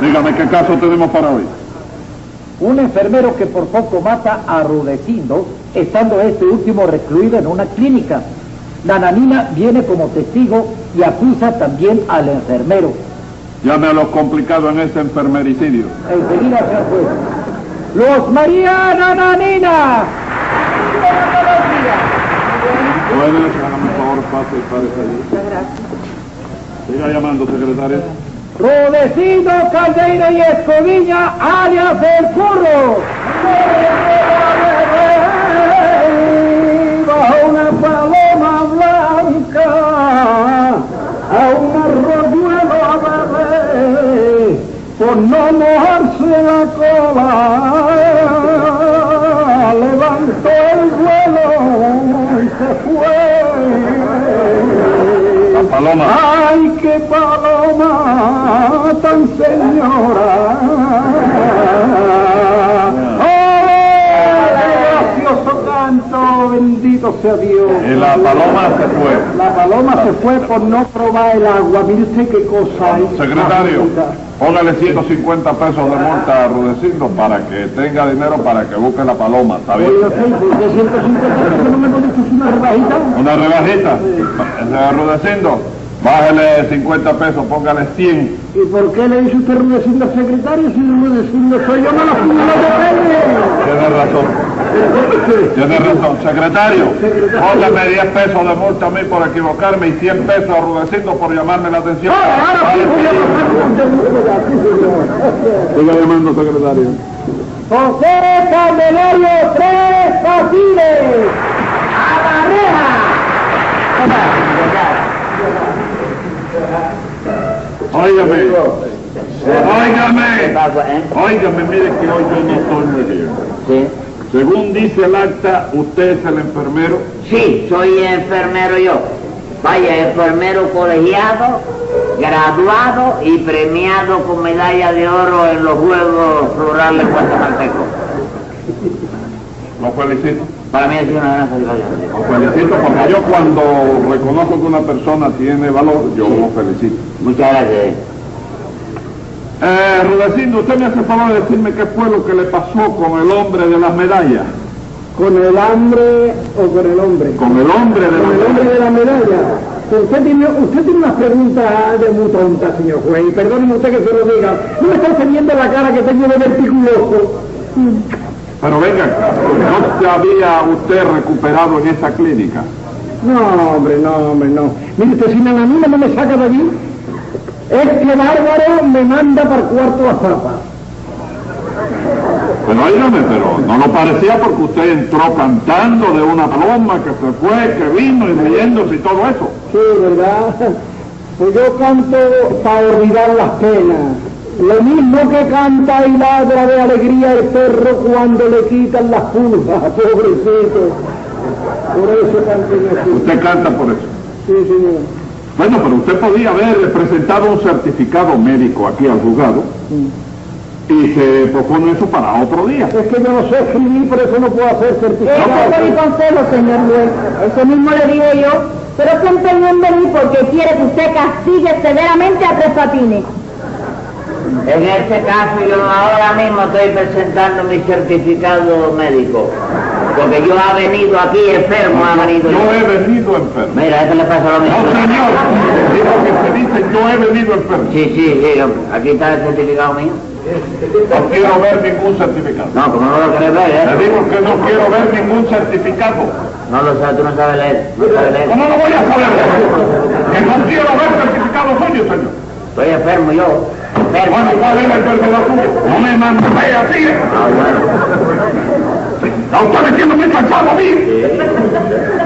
Dígame, ¿qué caso tenemos para hoy? Un enfermero que por poco mata a Rudecindo, estando este último recluido en una clínica. Nananina viene como testigo y acusa también al enfermero. Llame a lo complicado en este enfermericidio. Enseguida se juez. ¡Los María Nananina! Buenas, hágame el favor, pase y párese allí. Siga llamando, secretaria. Rodecindo Caldeiro y Escoviña, alias del Curro. Bajo una paloma blanca, a una arroyuela verde, por no mojarse la cola, levantó el vuelo y se fue. La paloma. ¡Ay, qué paloma tan señora! ¡Oh, qué gracioso canto! ¡Bendito sea Dios! Y la paloma se fue. La paloma se fue por no probar el agua. Mire usted qué cosa es. Secretario, póngale 150 pesos de multa a Rudecindo para que tenga dinero para que busque la paloma, ¿está bien? Oiga usted, ¿por qué 150 pesos no me contestó una rebajita? Una rebajita. Eh, Rudecindo, bájele 50 pesos, póngale 100. ¿Y por qué le dice usted Rudecindo al secretario si Rudecindo soy yo? ¡No la señora de Tiene razón, Pérez! tiene razón. Secretario, póngame 10 pesos de multa a mí por equivocarme y 100 pesos a Rudecindo por llamarme la atención. Siga llamando, secretario. José Candelario Tres Patines. A la Óigame, óigame, óigame, mire que hoy yo no estoy muy bien. Sí. Según dice el acta, usted es el enfermero. Sí, soy enfermero yo. Vaya, enfermero colegiado, graduado y premiado con medalla de oro en los Juegos Rurales Guatemaltecos. Lo felicito. Para mí es una gran satisfacción. Lo felicito porque yo cuando reconozco que una persona tiene valor, yo lo felicito. Muchas gracias. Eh, Rudecindo, usted me hace favor de decirme qué fue lo que le pasó con el hombre de las medallas. ¿Con el hambre o con el hombre? Con el hombre de las Con el hombre medallas. de la medalla. Usted tiene, usted tiene unas preguntas de muy tontas, señor juez, y perdóneme usted que se lo diga. No me está teniendo la cara que tengo de verticuloso. Pero venga, acá, ¿no se había usted recuperado en esa clínica? No, hombre, no, hombre, no. Mire usted, si Nananina no me saca de allí, es que Bárbaro me manda para el cuarto las papas. Pero óigame, pero no lo parecía porque usted entró cantando de una paloma que se fue, que vino y riéndose y todo eso. Sí, ¿verdad? Pues yo canto para olvidar las penas. Lo mismo que canta y ladra de alegría el perro cuando le quitan las pulgas, pobrecito. Por eso canto yo así. Usted canta por eso. Sí, señor. Bueno, pero usted podía haber presentado un certificado médico aquí al juzgado y se propone eso para otro día. Es que yo no sé escribir, por eso no puedo hacer certificado. No, Ese Este es mi consejo, señor juez. Eso mismo le digo yo. Pero siempre en un mí porque quiere que usted castigue severamente a Tres Patines. En este caso yo ahora mismo estoy presentando mi certificado médico. Porque yo ha venido aquí enfermo, ha venido Yo yo. he venido enfermo. Mira, eso le pasa lo No, mismo. señor. Digo que se dice yo he venido enfermo. Sí, sí, sí, hombre. aquí está el certificado mío. No quiero ver ningún certificado. No, como no lo querés ver, Le ¿eh? digo que no quiero ver ningún certificado. No lo sabes, tú no sabes leer, no sabes leer. ¿Cómo lo voy a saber? Que no quiero ver certificado suyo, señor. Estoy enfermo yo, enfermo. Bueno, ¿cuál es la enfermedad suya? No me mandé así. ¿eh? Ah, bueno. ¿A usted metiéndome en calzado a mí?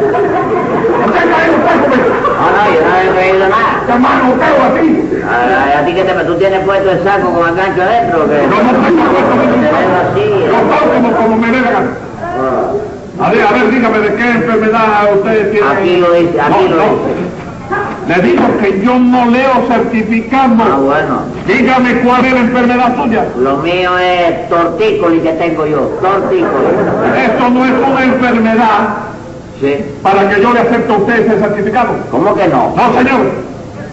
¿Usted cae un poco, me- No, no, yo no he creído nada. te mano usted a ti? A, a- a ti que te... ¿Tú tienes puesto el saco con el gancho adentro o qué? No, no tengo puesto ningún Pero saco. así, Yo eh. hago como, como me dé la gana. A ver, a ver, dígame de qué enfermedad usted tiene. Ah. Aquí lo dice, aquí No, lo no. dice. Le digo que yo no leo Ah, certificado. bueno. Dígame cuál es la enfermedad suya. Lo mío es tortícoli que tengo yo, tortícoli. Esto no es una enfermedad Sí. para que yo le acepte a usted ese certificado. ¿Cómo que no? No, señor.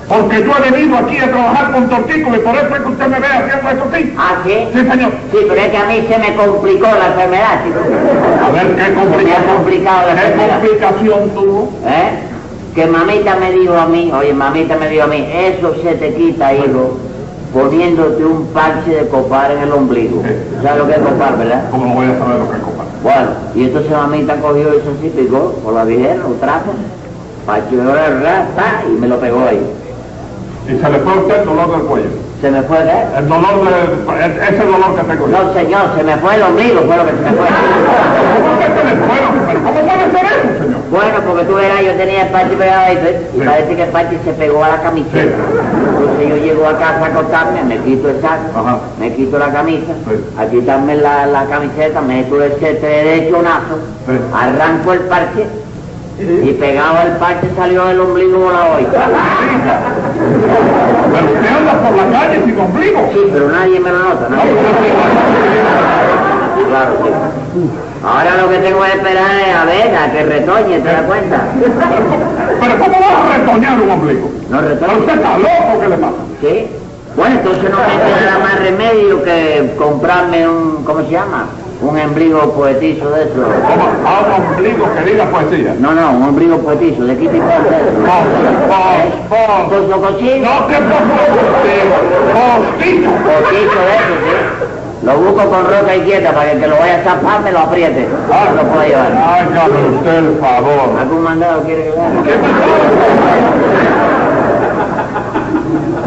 Porque yo he venido aquí a trabajar con Tortico y por eso es que usted me ve haciendo esto aquí. ¿Ah, sí? Sí, señor. Sí, pero es que a mí se me complicó la enfermedad, chico. A ver, qué Me ha complicación. complicado la ¿Qué enfermedad. complicación tuvo? ¿Eh? Que mamita me dijo a mí, oye, mamita me dijo a mí, eso se te quita, hijo, poniéndote un parche de copar en el ombligo. ¿Sabes lo que es copar, verdad? ¿Cómo no voy a saber lo que es compadre? Bueno, y entonces mamita cogió eso así, picó, por la vijera, lo trajo, pacheó el rata y me lo pegó ahí. Y se le fue a usted el dolor del cuello. ¿Se me fue de El dolor de... e- Ese dolor que tengo yo. No, señor, se me fue el ombligo, fue lo que se me fue. ¿Cómo que se le fueron? ¿Pero cómo puede ser eso, señor? Bueno, porque tú verás, yo tenía el parche pegado ahí, ¿ves? y Sí. parece que el parche se pegó a la camiseta. Sí. Entonces yo llego a casa a acostarme, me quito el saco, Ajá. me quito la camisa, Sí. a quitarme la, la camiseta, me echo el derechonazo, Sí. arranco el parche y pegado al parche salió el ombligo volado ahí. Pero usted anda por la calle sin ombligo. Sí, pero nadie me lo nota, No, nadie. usted sí. Claro, sí. Ahora lo que tengo que esperar es a ver a que retoñe, ¿te das cuenta? Pero ¿cómo vas a retoñar un ombligo? No Pero usted retoñe. está loco, ¿qué le pasa? ¿Sí? Bueno, entonces no me queda más remedio que comprarme un, ¿cómo se llama? Un ombligo poetizo de eso. ¿Cómo? A un ombligo que diga poesía. No, no, un ombligo poetizo, de quita y pon de eso. Pos, ¿Eh? pos, pos. Con su cochino, No, que pos, pos, postizo. potizo de eso, ¿sí? Lo busco con roca inquieta para que el que lo vaya a zafar me lo apriete. Ah, lo puedo llevar. Hágame usted el favor. ¿Algún mandado quiere que le haga?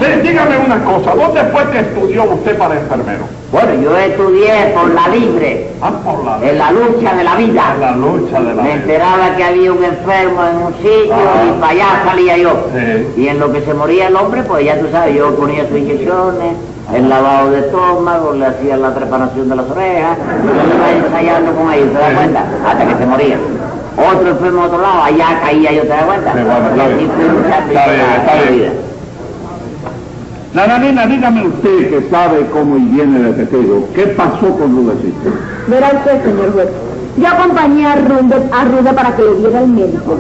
Dí- Dígame una cosa, ¿dónde fue que estudió usted para enfermero? Bueno, yo estudié por la libre, Ah, por la, en la lucha de la vida. la lucha de la Me vida. enteraba que había un enfermo en un sitio Ah. y para allá salía yo. Sí. Y en lo que se moría el hombre, pues ya tú sabes, yo ponía sus inyecciones, el lavado de estómago, le hacía la preparación de las orejas, y iba ensayando con ellos, ¿te das Sí. cuenta? Hasta que se moría. Otro enfermo a otro lado, allá caía yo, ¿te das cuenta? Sí, bueno, está y así bien. fui luchando y Está toda bien, está la bien. vida. Nananina, dígame usted que sabe cómo y viene de Teteiro, ¿qué pasó con Rudecito? Verá usted, señor juez. Yo acompañé a Ruda, a Ruda para que le diera al médico.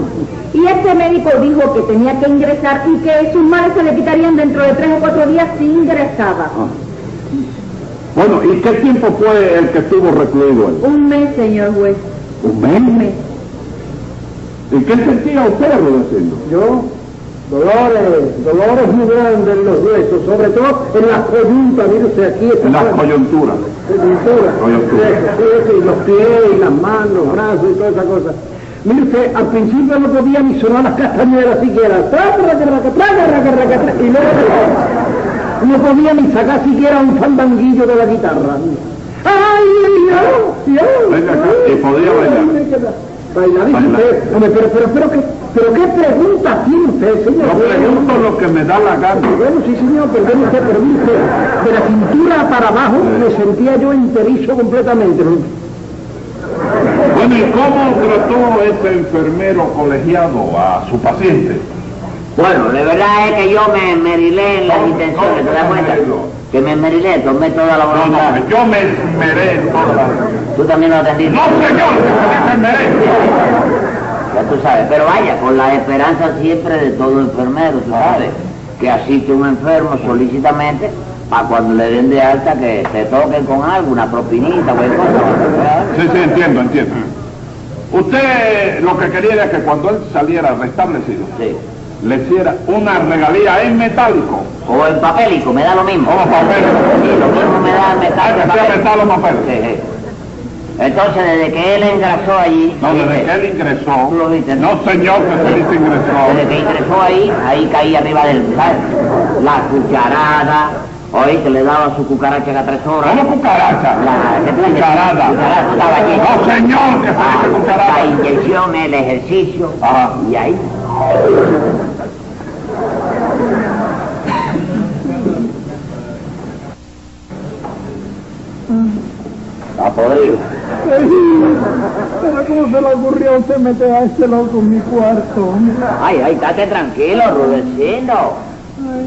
Y este médico dijo que tenía que ingresar y que sus males se le quitarían dentro de tres o cuatro días si ingresaba. Bueno, ¿y qué tiempo fue el que estuvo recluido él? Un mes, señor juez. ¿Un Un mes? mes. ¿Y qué sentía usted, Rudecito? Yo, dolores, dolores muy grandes en los huesos, sobre todo en las coyuntas, mire usted aquí. esta En las zona, coyunturas. coyuntura. Coyuntura. Sí, sí, sí, los pies, y las manos, los brazos y toda esa cosa. Mire usted, al principio no podía ni sonar las castañuelas siquiera. Tra, tra, tra, tra, tra, tra, tra, tra, Y luego no podía ni sacar siquiera un fandanguillo de la guitarra. ¡Ay, Dios! Dios! Venga acá, y podía bailar. Bailar, dice Bailar. usted. Hombre, pero, pero, pero, ¿qué, pero qué pregunta tiene usted, señor? Yo pregunto lo que me da la gana. Bueno, sí, señor, perdón usted, pero mire usted, de la cintura para abajo me sentía yo enterizo completamente. Bueno, ¿y cómo trató ese enfermero colegiado a su paciente? Bueno, la verdad es que yo me enmerilé en las No, intenciones, no, ¿te das no, cuenta? no. Que me enmerilé, tomé toda la No, voluntad. no, yo me esmeré en toda la vida. Tú también lo atendiste. No, señor, que me esmeré. Ya tú sabes, pero vaya, con la esperanza siempre de todo enfermero, tú sabes, que asiste un enfermo solícitamente para cuando le den de alta que te toquen con algo, una propinita, cualquier cosa. Sí, sí, entiendo, entiendo. Usted lo que quería era que cuando él saliera restablecido, Sí. le hiciera una regalía en metálico. O en papélico, me da lo mismo. O papel. Sí, lo mismo me da Ah, el metal. que sea papel. metal o papel. Sí, sí. Entonces, desde que él engrasó allí, No, desde ¿viste? que él ingresó. Tú lo viste, ¿no? No, señor, que se dice Desde ingresó. que ingresó ahí, ahí caía arriba del ¿sabes? La cucharada, oíste, le daba su cucaracha cada tres horas. ¿Cómo cucaracha? La, ¿qué tú dices? Cucharada. Cucaracha, estaba allí. No, señor, que se Ah, dice la cucaracha. inyección, el ejercicio, Ajá. y ahí. Está podrido. Pero ¿cómo se le ocurrió a usted meter a este loco en mi cuarto? Ay, ay, estate tranquilo, Rudecindo.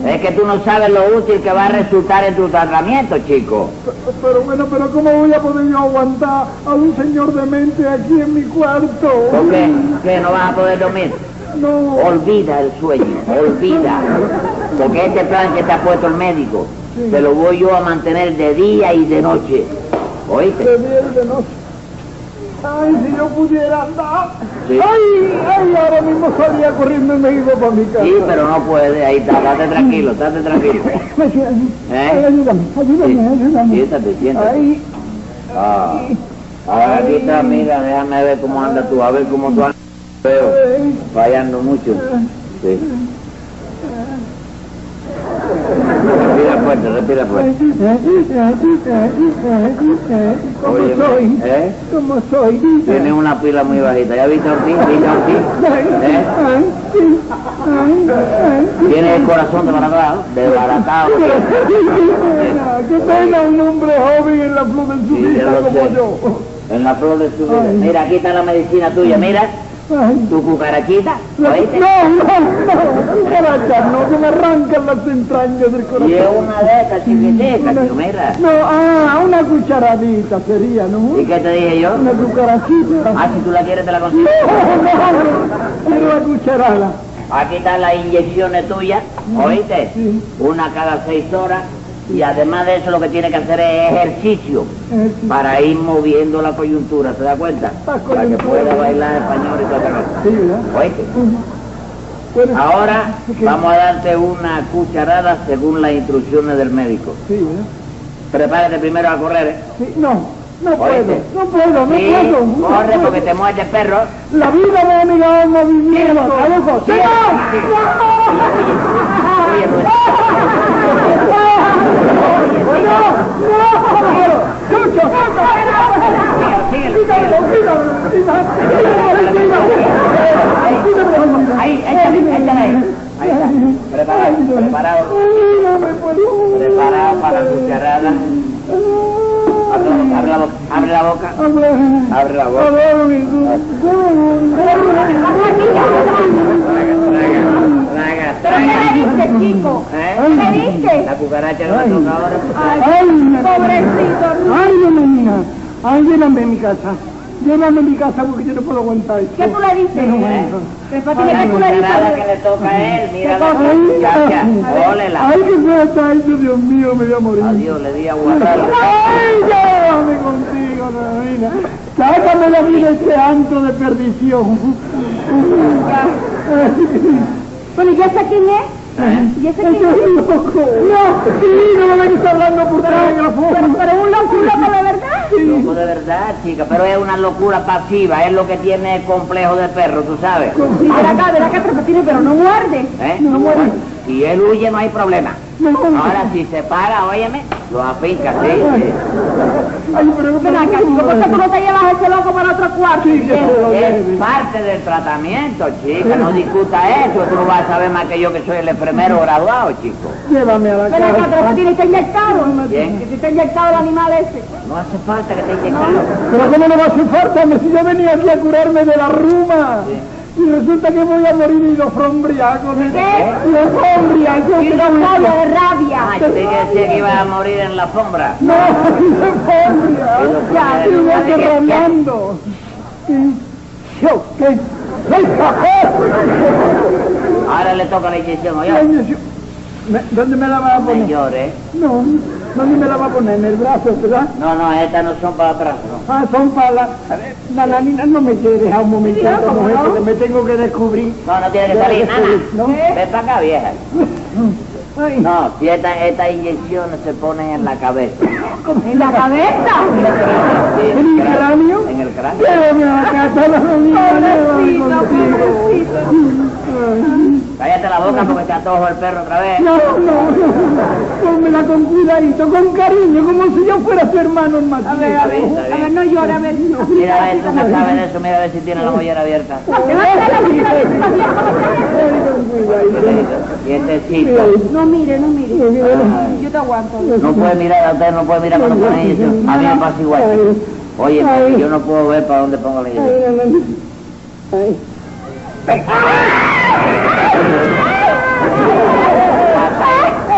Es que tú no sabes lo útil que va a resultar en tu tratamiento, chico. Pero bueno, pero ¿cómo voy a poder yo aguantar a un señor demente aquí en mi cuarto? ¿Por qué? ¿Qué? ¿No vas a poder dormir? No. Olvida el sueño, olvida. Porque este plan que te ha puesto el médico, te lo voy yo a mantener de día y de noche. de ¿Oíste? mierda, no. Ay, si yo pudiera andar. Sí. Ay, ay, ahora mismo salía corriendo y me iba para mi casa. Sí, pero no puede. Ahí está, date tranquilo, date tranquilo. Ay, ¿Eh? ayúdame, Sí, ayúdame, ayúdame. Siéntate, siéntate. Ay, Ah. Ahora aquí está, mira, déjame ver cómo anda tú, a ver cómo tú andas. Veo, ay, fallando mucho. Sí. Respira fuerte, respira fuerte. ¿Cómo Óyeme, soy? ¿eh? ¿Cómo soy? Tiene una pila muy bajita. ¿Ya viste a Ortiz? ¿Viste a Ortiz? ¿Eh? Ay, sí, ay, ay. Tiene el corazón desbaratado, desbaratado. Qué pena un hombre joven en la flor de su Sí, ya vida lo como sé. yo. En la flor de su vida. Ay. Mira, aquí está la medicina tuya, mira, Ay, tu cucarachita, ¿oíste? No, no, no, caracas, no, que me arrancan las entrañas del corazón. Y es una de estas chiquiticas, tío, mira. No, ah, una cucharadita sería, ¿no? ¿Y qué te dije yo? Una cucarachita. Oh, Ah, si tú la quieres, te la consigo. No, no, quiero la cucharada. Aquí están las inyecciones tuyas, ¿oíste? Sí. Una cada seis horas. Y además de eso, lo que tiene que hacer es ejercicio Eh, sí. para ir moviendo la coyuntura, ¿te das cuenta? La Para que coyuntura. pueda bailar español y todo eso. Sí, ¿verdad? ¿Oíste? Bueno, Ahora ok. vamos a darte una cucharada según las instrucciones del médico. Sí, ¿verdad? Prepárate primero a correr, ¿eh? Sí, no, no puedo, Oíste. no puedo, no Sí, puedo. no corre puedo. porque te muerde el perro. La vida me ha negado el movimiento. ¡Trabuco! Bien, sí. Oye, pues, síguelo, síguelo. Ahí, échale, échale ahí. Ahí está. Preparado, preparado, preparado para la cucharada. Abre la boca, abre la boca, abre la boca, abre la boca. Traga, ¿Pero qué traga. le diste, chico? ¿Eh? ¿Qué le diste? La cucaracha no la toca ahora. Ay, Ay, me- pobrecito. Ay, no me digas. Ay, llévame a mi casa. Llévame a mi casa porque yo no puedo aguantar esto. ¿Qué tú le diste? Repáteme La qué tú le cucharada que diste. le toca a él, mira la Ay, muchacha. ay, Ólela. ay, qué feo está eso, Dios mío, me voy a morir. Adiós, le di aguacate. Ay, llévame contigo, Reina. Sácame la vida de este anto de perdición. Bueno, ¿y ese quién es? ¿Y ese quién es? Estoy loco. No, sí, no me vengas hablando por telégrafo. Pero, pero un loco, un loco de verdad. Loco de verdad, chica, pero es una locura pasiva, es lo que tiene el complejo de perro, tú sabes. Ahora acá, verá que trepatine, pero no muerde. ¿Eh? Si él huye no hay problema. Ahora si se para, óyeme, lo afinca, sí. sí. Ay, pero Ven acá, chico, ¿por qué tú no te llevas a ese loco para otro cuarto? Sí, que se lo lleve. Es parte del tratamiento, chica, no discuta eso, tú no vas a saber más que yo que soy el enfermero graduado, chico. Llévame a la Ven acá, casa. trepatine, está inyectado. Bien. Que si está inyectado el animal ese. No hace falta que te inyecten. Pero ¿cómo no me hace falta? Me- Si yo venía aquí a curarme de la ruma. Y resulta que voy a morir hidrofrombriaco. ¿De qué? Hidrofrombriaco. Y no de Ah, rabia. yo te decía que ibas a morir en la sombra. No, hidrofrombriaco. Ya, Y me estoy remando. Yo, ¿qué? ¡Ay, Ahora le toca la inyección, Ay, oye. Dios, yo- Me- ¿Dónde me la vas a poner? Señor, ¿eh? No, ¿dónde me la va a poner? En el brazo, ¿verdad? No, no, estas no son para atrás, no. Ah, son para la... a ver, La nanina no me quiere dejar un Diga, momentito, ¿cómo mujer, no? porque me tengo que descubrir. No, no tiene que salir nada. ¿No? ¿Eh? Ven para acá, vieja. Ay, No, si esta- estas inyecciones se ponen en la cabeza. En la cabeza. Sí, ¿En el cráneo? En el cráneo. Llévame a la casa, la nanina, llévame Pobrecito, contigo. pobrecito. Cállate la boca porque te atojo el perro otra vez. No, no, no, pónmela con cuidadito, con cariño, como si yo fuera su hermano en A ver, a Matías. ver, a ver, no llora, a ver. Mira, a ver, tú que sabes de eso, mira a ver si tiene la mollera abierta. Y este sitio. No mire, no mire. Yo te aguanto. No puede mirar a usted, no puede mirar cuando pone inyección. A mí me pasa igual. Oye, porque yo no puedo ver para dónde pongo la inyección.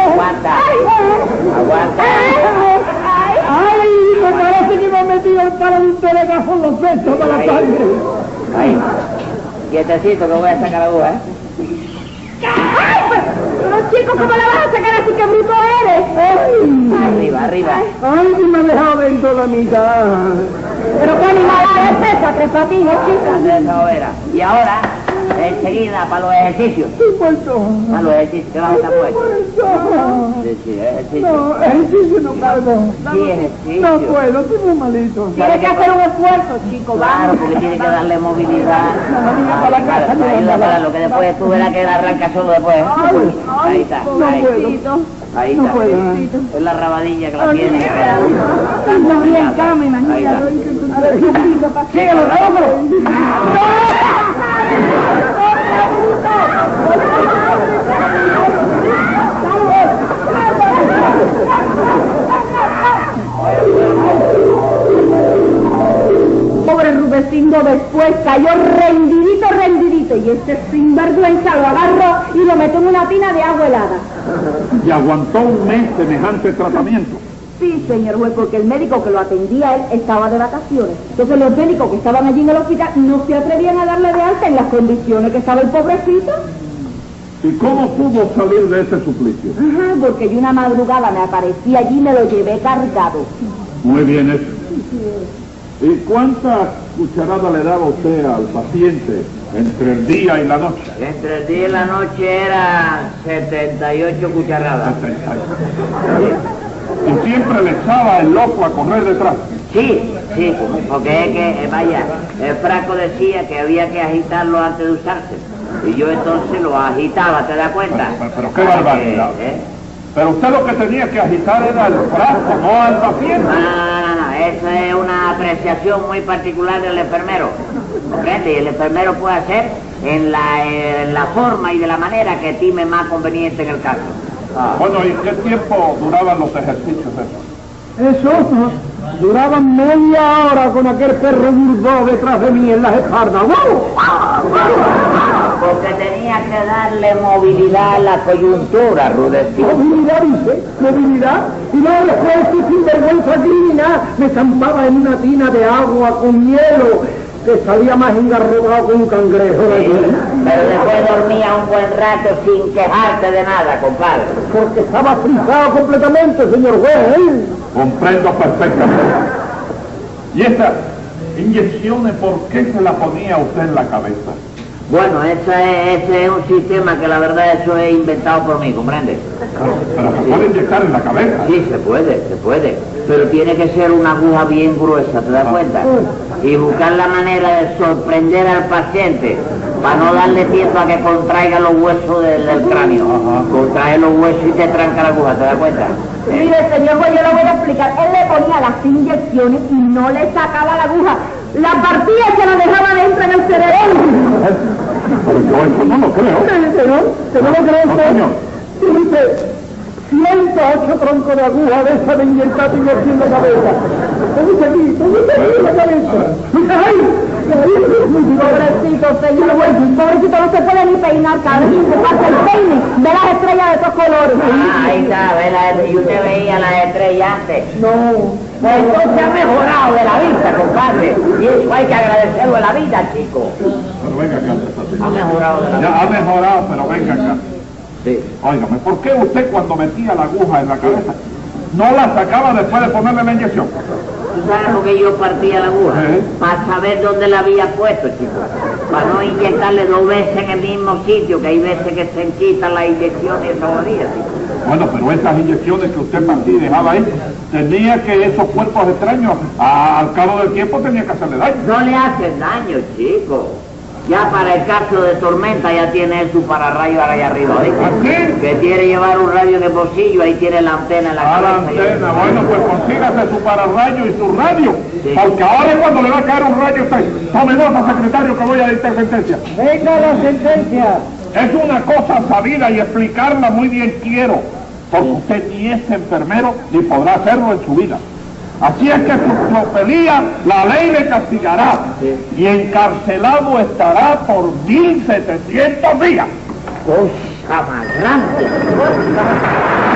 Aguanta, aguanta. Ay, me parece que me ha metido el palo de un telegrafo en los pechos de la Ahí. sangre. Ahí. Quietecito que voy a sacar la aguja, ¿eh? ¡Ay, pues, pero, pero, chico, ¿cómo la vas a sacar así? ¡Qué bruto eres! ¡Ay! Arriba, arriba. ¡Ay, si me ha dejado dentro la mitad! ¿Pero qué animalada es esa, Tres Patines, chica? Esa overa. Y ahora, enseguida, para los ejercicios. ¡Sí, por favor! Para los ejercicios, que vas a estar puesto. ¡Por favor! Sí, sí, ejercicio. No, ejercicio no puedo. Sí, ejercicio. No puedo, estoy muy malito. Tienes que hacer un esfuerzo, chico, Claro, vamos. porque tiene que darle movilidad. niña, para la casa, Ayuda niña, para para la- lo que después tú verás que la arranca solo después. Ahí está, ahí está. Pobrecito. Ahí No está. puedo. Es la rabadilla que la tiene. que ver. Ando bien, cama, Ahí imagínate. está. A ver, chiquito, pa- síguelo, vámonos. Pobre Rubecindo después cayó rendidito, rendidito. Y este sinvergüenza lo agarró y lo metió en una tina de agua helada. Y aguantó un mes semejante tratamiento. Sí, señor juez, porque el médico que lo atendía a él estaba de vacaciones. Entonces los médicos que estaban allí en el hospital no se atrevían a darle de alta en las condiciones que estaba el pobrecito. ¿Y cómo pudo salir de ese suplicio? Ajá, porque yo una madrugada me aparecí allí y me lo llevé cargado. Muy bien eso. ¿Y cuántas cucharadas le daba usted al paciente entre el día y la noche? Entre el día y la noche era 78 cucharadas. Y siempre le echaba el loco a correr detrás. Sí, sí, porque es que, eh, vaya, el Franco decía que había que agitarlo antes de usarse. Y yo entonces lo agitaba, ¿te das cuenta? Pero- pero- pero qué Para que, barbaridad. ¿eh? Pero usted lo que tenía que agitar era el frasco, no al paciente. No, no, no, no, no, Ah, eso es una apreciación muy particular del enfermero. ¿Comprende? Y el enfermero puede hacer en la, eh, en la forma y de la manera que estime más conveniente en el caso. Ah. Bueno, ¿y qué tiempo duraban los ejercicios esos? Eso, ¿no? duraban media hora con aquel perro burdo detrás de mí en las espaldas. ¡Wow! Porque tenía que darle movilidad a la coyuntura, Rudecindo. Movilidad, dice, movilidad. Y luego después este sinvergüenza criminal me zampaba en una tina de agua con hielo que salía más engarrotado que un cangrejo de Sí, allí. Pero después dormía un buen rato sin quejarte de nada, compadre. Porque estaba frisado completamente, señor juez. ¿eh? Comprendo perfectamente. ¿Y estas inyecciones por qué se las ponía usted en la cabeza? Bueno, esa es- ese es un sistema que la verdad eso es inventado por mí, ¿comprende? Pero, pero se puede inyectar en la cabeza. Sí, se puede, se puede. Pero tiene que ser una aguja bien gruesa, ¿te das cuenta? Y buscar la manera de sorprender al paciente para no darle tiempo a que contraiga los huesos del, del cráneo. Contrae los huesos y te tranca la aguja, ¿te das cuenta? Mire, señor juez, yo lo voy a explicar. Él le ponía las inyecciones y no le sacaba la aguja. La partida se la dejaba dentro en el cerebro. Pero yo eso no lo creo. Señor, que no lo creo No, usted. señor. Dice, 108 troncos de aguja de esa de inyectar y aquí en la cabeza. ¿Dónde está aquí? ¿Dónde está aquí en la cabeza? ¡Ay! Pobrecito, señor juez, pobrecito, no se puede ni peinar cada vez que se pasa el peine de las estrellas de esos colores. Ah, ahí está, ve la- y usted veía las estrellas antes. No. Pues entonces ha mejorado de la vista, compadre. Y eso hay que agradecerlo a la vida, chico. Pero venga acá. César. Ha mejorado de la Ya vida. ha mejorado, pero venga acá. Sí. Óigame, ¿por qué usted cuando metía la aguja en la cabeza no la sacaba después de ponerle la inyección? ¿Tú sabes por qué yo partía la aguja? ¿Eh? Para saber dónde la había puesto, chico. Para no inyectarle dos veces en el mismo sitio, que hay veces que se enchitan las inyecciones y esa bolilla, chico. Bueno, pero esas inyecciones que usted partía y dejaba ahí, tenía que esos cuerpos extraños, a- al cabo del tiempo, tenía que hacerle daño. No le hacen daño, chico. Ya para el caso de tormenta ya tiene él su pararrayo ahora allá arriba, ¿Ah, ¿oíste? sí? Que quiere llevar un radio en el bolsillo, ahí tiene la antena en la A Ah, la cabeza. y- antena, bueno, pues consígase su pararrayo y su radio, Sí. porque ahora es cuando le va a caer un rayo a usted. Tome nota, secretario, que voy a dictar sentencia. Venga la sentencia. Es una cosa sabida y explicarla muy bien quiero, porque usted ni es enfermero ni podrá hacerlo en su vida. Así es que su tropelía la ley le castigará y encarcelado estará por 1700 días. Amarrante.